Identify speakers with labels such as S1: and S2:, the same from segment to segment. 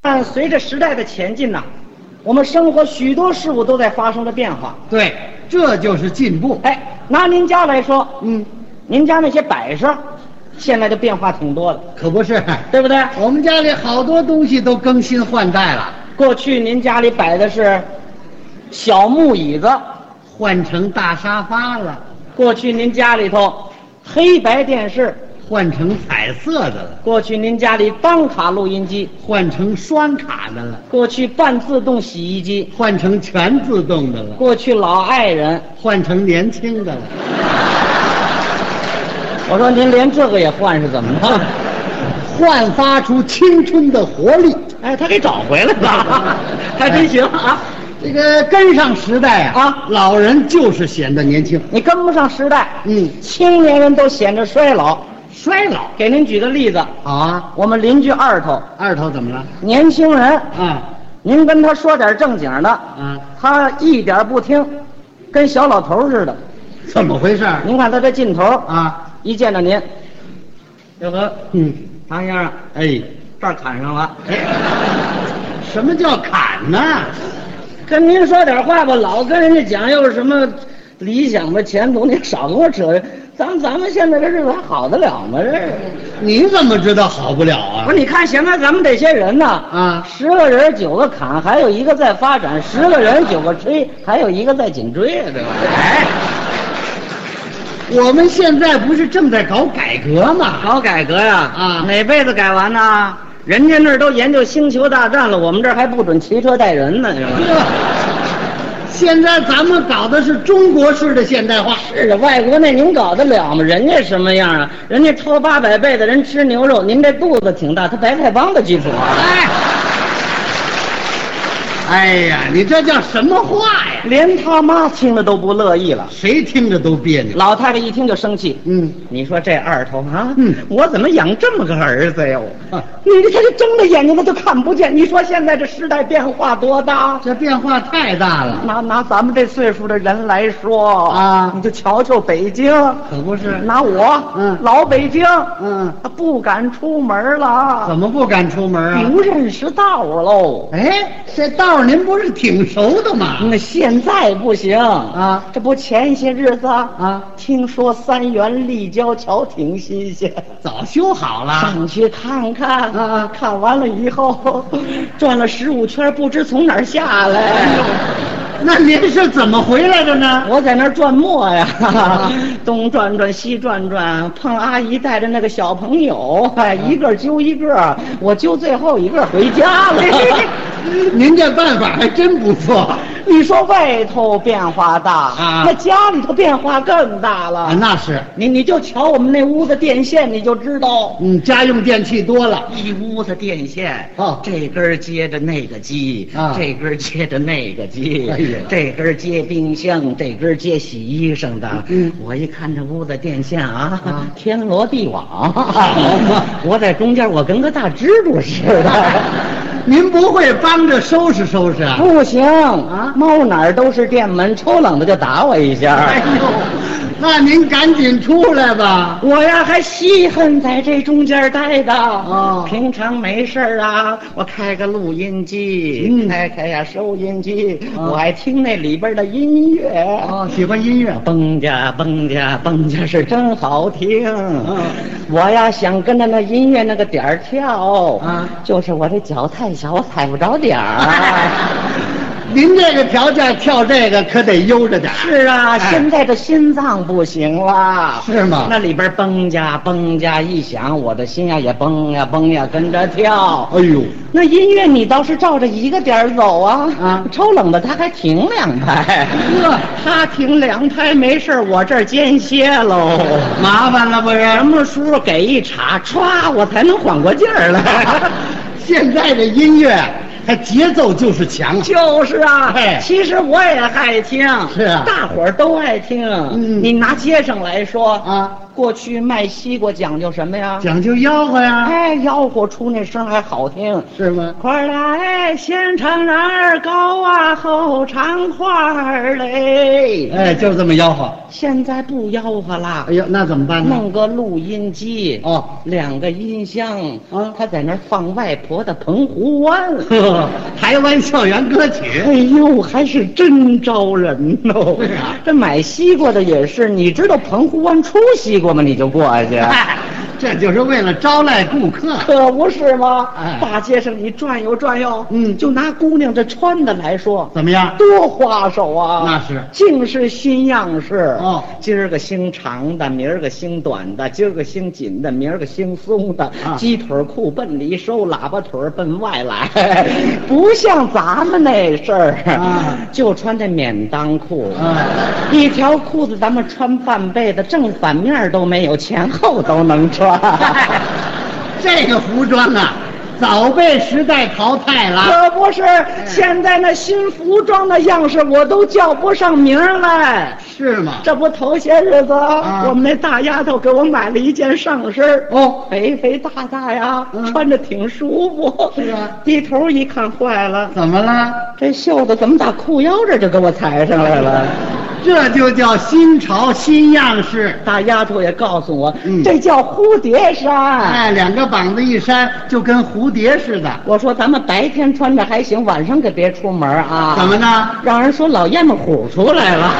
S1: 但随着时代的前进呐、我们生活许多事物都在发生着变化。
S2: 对，这就是进步。
S1: 哎，拿您家来说，
S2: 嗯，
S1: 您家那些摆设，现在的变化挺多的，
S2: 可不是，
S1: 对不对？
S2: 我们家里好多东西都更新换代了，
S1: 过去您家里摆的是小木椅子，
S2: 换成大沙发了，
S1: 过去您家里头黑白电视，
S2: 换成彩色的了，
S1: 过去您家里单卡录音机，
S2: 换成双卡的了，
S1: 过去半自动洗衣机，
S2: 换成全自动的了，
S1: 过去老爱人。
S2: 换成年轻的了，
S1: 我说您连这个也换是怎么着？
S2: 焕发出青春的活力。
S1: 哎，他给找回来了，还真行啊！
S2: 这个跟上时代
S1: 啊
S2: 啊，老人就是显得年轻。
S1: 你跟不上时代，
S2: 嗯，
S1: 青年人都显着衰老。
S2: 衰老
S1: 给您举个例子，
S2: 好啊。
S1: 我们邻居二头，
S2: 二头怎么了？
S1: 年轻人，
S2: 啊
S1: 您跟他说点正经的，
S2: 啊，
S1: 他一点不听，跟小老头似的。
S2: 怎么回事儿？
S1: 您看他这劲头，
S2: 啊，
S1: 一见着您，哟呵，
S2: 嗯，
S1: 唐先生，
S2: 哎，
S1: 这儿砍上了。
S2: 哎，什么叫砍呢？
S1: 跟您说点话吧，老跟人家讲又是什么理想吧、前途，您少跟我扯。咱们咱们现在这日子还好得了吗？这
S2: 你怎么知道好不了啊
S1: 不是？你看现在咱们这些人呐，
S2: 啊，
S1: 十个人九个砍，还有一个在发展；十个人九个吹，还有一个在紧追啊，对吧？
S2: 哎，我们现在不是正在搞改革吗？
S1: 搞改革呀，
S2: 啊
S1: 哪辈子改完呢？人家那儿都研究星球大战了，我们这儿还不准骑车带人呢，是吧？
S2: 这现在咱们搞的是中国式的现代化，
S1: 是啊，外国那您搞得了吗？人家什么样啊？人家超八百倍的人吃牛肉，您这肚子挺大，他白菜帮的基础啊！
S2: 哎，哎呀，你这叫什么话呀？
S1: 连他妈听了都不乐意了。
S2: 谁听着都别扭。
S1: 老太太一听就生气，
S2: 嗯，
S1: 你说这二头啊，
S2: 嗯
S1: 我怎么养这么个儿子哟？
S2: 啊
S1: 你这他就睁着眼睛他就看不见。你说现在这时代变化多大？
S2: 这变化太大了，
S1: 拿拿咱们这岁数的人来说
S2: 啊
S1: 你就瞧瞧北京，
S2: 可不是？
S1: 拿我，
S2: 嗯
S1: 老北京，
S2: 嗯，
S1: 他不敢出门了。
S2: 怎么不敢出门啊？
S1: 不认识道喽。
S2: 哎，这道儿您不是挺熟的吗？
S1: 嗯那现在不行
S2: 啊
S1: 这不前些日子啊，
S2: 啊，
S1: 听说三元立交桥挺新鲜，
S2: 早修好了。
S1: 上去看看
S2: 啊啊
S1: 看完了以后， 转了十五圈，不知从哪儿下
S2: 哎
S1: 来。
S2: 那您是怎么回来的呢？
S1: 我在那儿转磨呀
S2: 啊，
S1: 东转转西转转，碰阿姨带着那个小朋友，
S2: 啊
S1: 哎，一个揪一个，我揪最后一个回家了。
S2: 您哎这办法还真不错
S1: 你说外头变化大
S2: 啊
S1: 那家里头变化更大了。
S2: 啊！那是，
S1: 你你就瞧我们那屋子电线，你就知道
S2: 嗯，家用电器多了，
S1: 一屋子电线。
S2: 哦
S1: 这根儿接着那个机，
S2: 啊
S1: 这根儿接着那个机，
S2: 哎呀
S1: 这根儿接冰箱，这根儿接洗衣裳的。
S2: 嗯
S1: 我一看这屋子电线啊，
S2: 啊
S1: 天罗地网，
S2: 好嘛
S1: 我在中间，我跟个大蜘蛛似的。
S2: 您不会帮着收拾收拾啊？
S1: 不行
S2: 啊
S1: 猫哪儿都是店门，抽冷子就打我一下。
S2: 哎呦，那您赶紧出来吧。
S1: 我呀还稀罕在这中间待的
S2: 哦
S1: 平常没事儿啊，我开个录音机，
S2: 嗯
S1: 开开呀收音机，
S2: 哦
S1: 我爱听那里边的音乐。
S2: 哦，喜欢音乐，
S1: 蹦家蹦家蹦家是真好听，
S2: 嗯
S1: 我呀想跟着那音乐那个点儿跳，
S2: 啊
S1: 就是我这脚太小，我踩不着点 儿。
S2: 您这个条件跳这个可得悠着点儿。
S1: 是啊，
S2: 哎
S1: 现在这心脏不行了，
S2: 是吗
S1: 那里边蹦呀蹦呀一响，我的心呀也蹦呀蹦呀跟着跳。
S2: 哎呦，
S1: 那音乐你倒是照着一个点儿走啊，
S2: 啊
S1: 抽冷的他还停两拍，
S2: 呵
S1: 他停两拍没事儿我这儿间歇喽。
S2: 麻烦了不
S1: 什
S2: 是？
S1: 么时候 给一查，歘，我才能缓过劲儿来。
S2: 现在的音乐他节奏就是强啊。
S1: 就是啊
S2: 嘿，
S1: 其实我也爱听，
S2: 是啊
S1: 大伙儿都爱听。
S2: 嗯
S1: 你拿街上来说
S2: 啊，
S1: 过去卖西瓜讲究什么呀？
S2: 讲究吆喝呀，
S1: 哎，吆喝出那声还好听。
S2: 是吗？
S1: 快来，先尝瓤儿高啊，后尝块儿嘞。
S2: 哎，就是这么吆喝。
S1: 现在不吆喝啦
S2: 哎，呦，那怎么办呢？
S1: 弄个录音机，
S2: 哦，
S1: 两个音箱，
S2: 啊。
S1: 他在那儿放外婆的《澎湖湾》
S2: 呵，台湾校园歌曲
S1: 哎呦，还是真招人哦
S2: 是啊！
S1: 这买西瓜的也是，你知道澎湖湾出西瓜吗？你就过 去。
S2: 嗨，哎这就是为了招徕顾客。
S1: 可不是吗？
S2: 哎
S1: 大街上你转悠转悠，
S2: 嗯
S1: 就拿姑娘这穿的来说，
S2: 怎么样？
S1: 多花手啊！
S2: 那是
S1: 尽是新样式
S2: 哦
S1: 今儿个兴长的，明儿个兴短的，今儿个兴紧的，明儿个兴松的，
S2: 啊
S1: 鸡腿儿裤奔里收，喇叭腿儿奔外来， 不像咱们那事儿
S2: 啊
S1: 就穿这免裆裤
S2: 啊，
S1: 一条裤子咱们穿半辈子，正反面都没有，前后都能 穿。
S2: 这个服装啊，早被时代淘汰了。
S1: 可不是，现在那新服装的样式我都叫不上名儿来。
S2: 是吗？
S1: 这不头些日子，
S2: 啊
S1: 我们那大丫头给我买了一件上身儿
S2: 哦
S1: 肥肥大大呀，
S2: 嗯
S1: 穿着挺舒服。
S2: 是啊
S1: 低头一看，坏了，
S2: 怎么了？
S1: 这袖子怎么打裤腰这儿就给我裁上来了？
S2: 这就叫新潮新样式。
S1: 大丫头也告诉我，
S2: 嗯
S1: 这叫蝴蝶衫。
S2: 哎，两个膀子一扇，就跟蝴蝶似的。
S1: 我说咱们白天穿着还行，晚上可别出门啊！
S2: 怎么呢？
S1: 让人说老燕子虎出来了。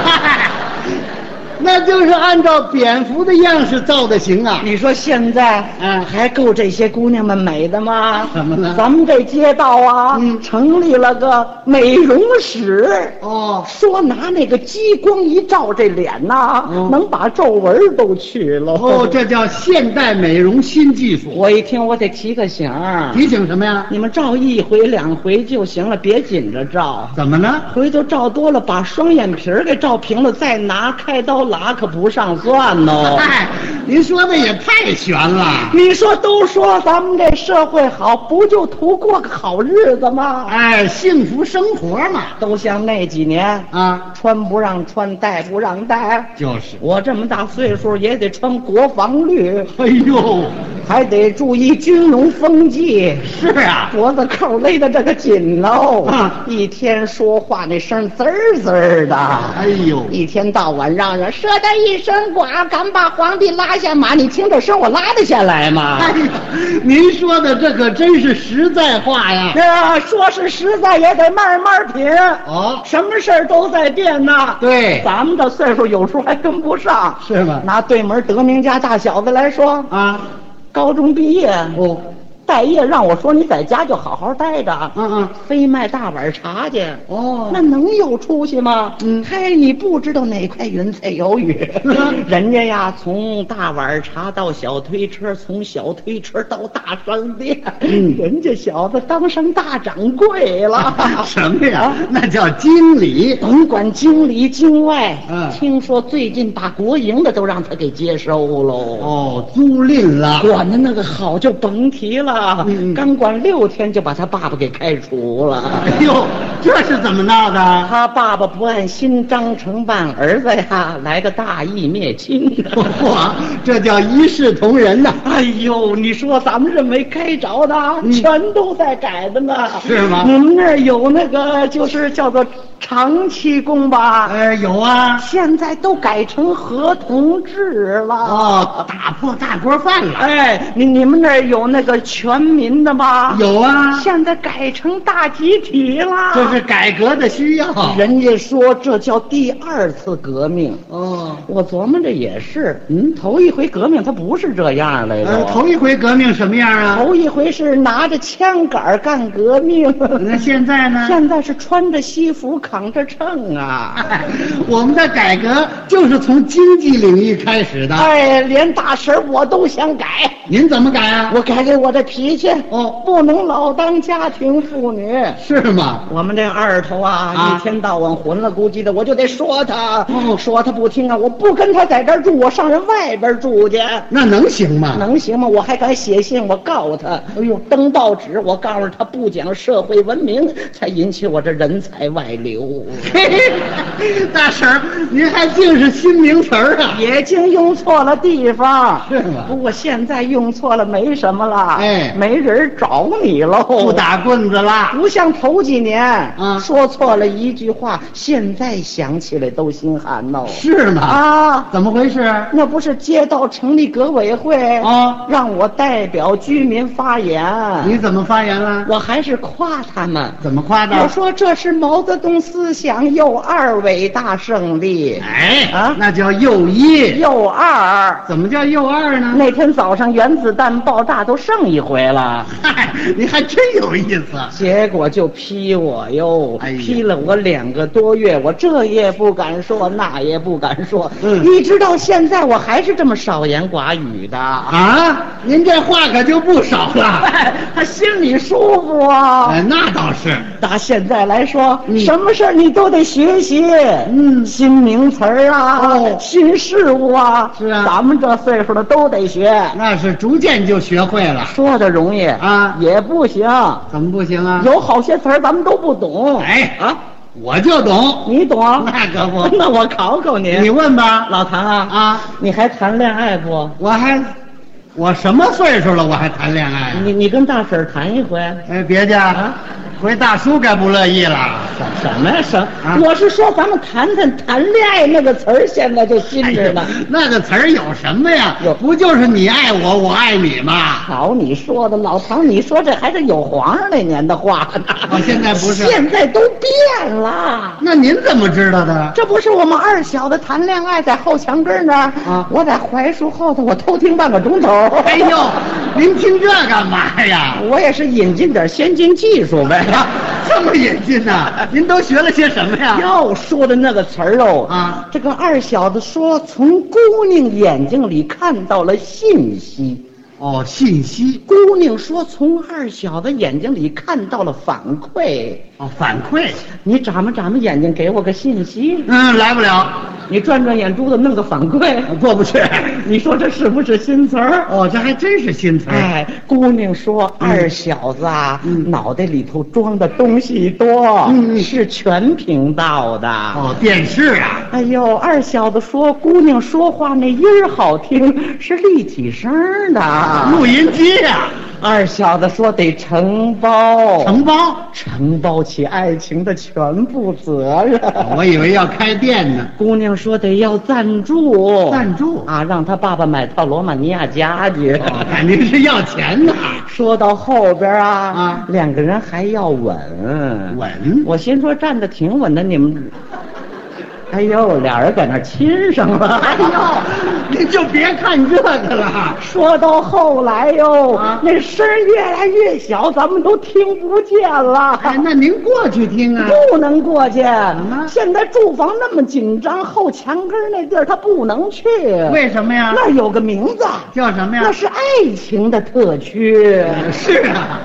S2: 那就是按照蝙蝠的样式造的型啊。
S1: 你说现在，
S2: 嗯
S1: 还够这些姑娘们美的吗？
S2: 怎么呢
S1: 咱们这街道啊，
S2: 嗯
S1: 成立了个美容室，
S2: 哦，
S1: 说拿那个激光一照，这脸呐、
S2: 嗯
S1: 能把皱纹都去了。
S2: 哦，这叫现代美容新技术。
S1: 我一听，我得提个醒儿，
S2: 提醒什么呀？
S1: 你们照一回两回就行了，别紧着照。
S2: 怎么呢？
S1: 回头照多了，把双眼皮儿给照平了，再拿开刀拉可不上算哦。
S2: 哎，您说的也太悬了。
S1: 你说都说咱们这社会好，不就图过个好日子吗？
S2: 哎，幸福生活嘛。
S1: 都像那几年，
S2: 啊，
S1: 穿不让穿，戴不让戴。
S2: 就是。
S1: 我这么大岁数也得穿国防绿，
S2: 哎呦，
S1: 还得注意军容风纪，
S2: 是啊，
S1: 脖子扣勒的这个紧喽。
S2: 啊
S1: 一天说话那声滋儿滋儿的，
S2: 哎呦，
S1: 一天到晚嚷嚷，射得一身剐，敢把皇帝拉下马？你听这声，我拉得下来吗？
S2: 哎呦， 您说的这可真是实在话呀。
S1: 那说是实在也得慢慢品，
S2: 哦，
S1: 什么事儿都在变呐。
S2: 对，
S1: 咱们这岁数有时候还跟不上。
S2: 是吗？
S1: 拿对门德明家大小子来说，
S2: 啊，
S1: 高中毕业，
S2: 哦，
S1: 待业让我说你在家就好好待着，
S2: 嗯嗯，
S1: 非卖大碗茶去。
S2: 哦
S1: 那能有出息吗？
S2: 嗯。
S1: 嘿，你不知道哪块云彩有雨 人家呀，从大碗茶到小推车，从小推车到大商店，
S2: 嗯
S1: 人家小子当上大掌柜了。
S2: 什么呀
S1: 啊？
S2: 那叫经理。
S1: 甭管京里京外，
S2: 嗯
S1: 听说最近把国营的都让他给接收喽。
S2: 哦，租赁了。
S1: 管的那个好就甭提了，
S2: 嗯嗯
S1: 刚管六天就把他爸爸给开除了。
S2: 哎呦，这是怎么闹的？
S1: 他爸爸不按新章程办，儿子呀来个大义灭亲 的。
S2: 哇，这叫一视同仁呐。
S1: 哎呦，你说咱们这没该着的啊，
S2: 嗯
S1: 全都在改的呢。
S2: 是啊吗
S1: 你们那儿有那个就是叫做长期工吧？
S2: 哎，有啊。
S1: 现在都改成合同制了。
S2: 哦，打破大锅饭了。
S1: 哎，你你们那儿有那个全民的吗？。
S2: 有啊，
S1: 现在改成大集体了。
S2: 这是改革的需要。
S1: 人家说这叫第二次革命。
S2: 哦，
S1: 我琢磨着也是，嗯，头一回革命它不是这样来的
S2: 呃，
S1: 哦。
S2: 头一回革命什么样啊？
S1: 头一回是拿着枪杆儿干革命，
S2: 那现在呢？
S1: 现在是穿着西服扛着秤啊。
S2: 哎 我们的改革就是从经济领域开始的。
S1: 哎哎，连大神儿我都想改，
S2: 您怎么改啊？
S1: 嗯我改给我的脾气
S2: 哦
S1: 不能老当家庭妇女。
S2: 是吗？
S1: 我们这二头啊，
S2: 啊
S1: 一天到晚混了咕叽的，我就得说他，
S2: 哦
S1: 说他不听啊！我不跟他在这儿住，我上人外边住去，
S2: 那能行吗？
S1: 能行吗？我还敢写信，我告他。哎呦，登报纸，我告诉他不讲社会文明，才引起我这人才外流，
S2: 嘿嘿， 大婶儿，您还净是新名词儿啊？
S1: 也竟用错了地方。
S2: 是吗
S1: 不过现在用错了没什么了，
S2: 哎
S1: 没人找你喽。
S2: 不打棍子啦？
S1: 不像头几年，
S2: 啊
S1: 说错了一句话，现在想起来都心寒呐。
S2: 是吗？
S1: 啊，
S2: 怎么回事？
S1: 那不是街道成立革委会
S2: 啊
S1: 让我代表居民发言，
S2: 你怎么发言了？
S1: 我还是夸他们。
S2: 怎么夸
S1: 我
S2: 的？
S1: 说这是毛泽东思想又二伟大胜利，
S2: 哎
S1: 啊
S2: 那叫右一。
S1: 又二。
S2: 怎么叫右二呢？
S1: 那天早上原子弹爆炸都剩一回了，
S2: 嗨， 你还真有意思。
S1: 结果就批我哟，
S2: 哎呀
S1: 批了我两个多月，我这也不敢说，那也不敢说，
S2: 嗯
S1: 一直到现在我还是这么少言寡语的。
S2: 啊，您这话可就不少 了。
S1: 哎，他心里舒服啊。
S2: 哎，那倒是。
S1: 打现在来说，
S2: 嗯
S1: 什么事儿你都得学习，
S2: 嗯
S1: 新名词儿啊，
S2: 哦
S1: 新事物啊，
S2: 是啊
S1: 咱们这岁数的都得学。
S2: 那是逐渐就学会了，
S1: 说的容易
S2: 啊
S1: 也不行，
S2: 怎么不行啊？
S1: 有好些词儿咱们都不懂。
S2: 哎
S1: 啊，
S2: 我就懂，
S1: 你懂？啊
S2: 那可不
S1: 那我考考你，
S2: 你问吧。
S1: 老唐啊，
S2: 啊，
S1: 你还谈恋爱不？
S2: 我还，我什么岁数了，我还谈恋爱啊？
S1: 你你跟大婶儿谈一回。
S2: 哎，别介，
S1: 啊
S2: 回大叔该不乐意了。
S1: 什什么呀？什、
S2: 啊
S1: 我是说，咱们谈谈谈恋爱那个词儿，现在就新
S2: 哎
S1: 着
S2: 呀
S1: 呢。，
S2: 那个词儿有什么呀
S1: 有？
S2: 不就是你爱我，我爱你吗？
S1: 好，你说的老唐，你说这还是有皇上那年的话呢。
S2: 我哦现在不是
S1: 现在都变了。
S2: 那您怎么知道的？
S1: 这不是我们二小子谈恋爱在后墙根儿那儿
S2: 啊
S1: 我在槐树后头，我偷听半个钟头。
S2: 哎呦，您听这干嘛呀？
S1: 我也是引进点先进技术 呗。
S2: 啊这么引进呐、您都学了些什么呀？
S1: 要说的那个词儿哦，
S2: 啊
S1: 这个二小子说从姑娘眼睛里看到了信息。
S2: 哦，信息
S1: 姑娘说：“从二小子眼睛里看到了反馈，
S2: 哦，反馈。
S1: 你眨巴眨巴眼睛，给我个信息；
S2: 嗯，来不了，
S1: 你转转眼珠子，弄个反馈。
S2: 过不去。
S1: 你说这是不是新词儿？
S2: 哦，这还真是新词儿。
S1: 哎，姑娘说：“
S2: 嗯
S1: 二小子啊，
S2: 嗯
S1: 脑袋里头装的东西多，
S2: 嗯嗯
S1: 是全频道的。”
S2: 哦，电视啊，
S1: 哎呦，二小子说，姑娘说话那音儿好听，是立体声儿的。
S2: 录音机啊呀、
S1: 二小子说得承包，
S2: 承包。
S1: 承包起爱情的全部责任。
S2: 哦我以为要开店呢。
S1: 姑娘说得要赞助，
S2: 赞助
S1: 啊，让她爸爸买套罗马尼亚家去。
S2: 哦，肯定是要钱的。
S1: 说到后边啊，
S2: 啊
S1: 两个人还要吻。
S2: 稳，
S1: 我心说站得挺稳的，你们，哎呦，俩人在那儿亲上了。
S2: 哎呦，您就别看这个了。
S1: 说到后来哟，
S2: 啊
S1: 那声儿越来越小，咱们都听不见了。
S2: 哎，那您过去听啊。
S1: 不能过去
S2: 么，
S1: 现在住房那么紧张，后墙根儿那地儿他不能去。
S2: 为什么呀？嗯
S1: 那儿有个名字，
S2: 叫什么呀
S1: 那？是爱情的特区。
S2: 是啊，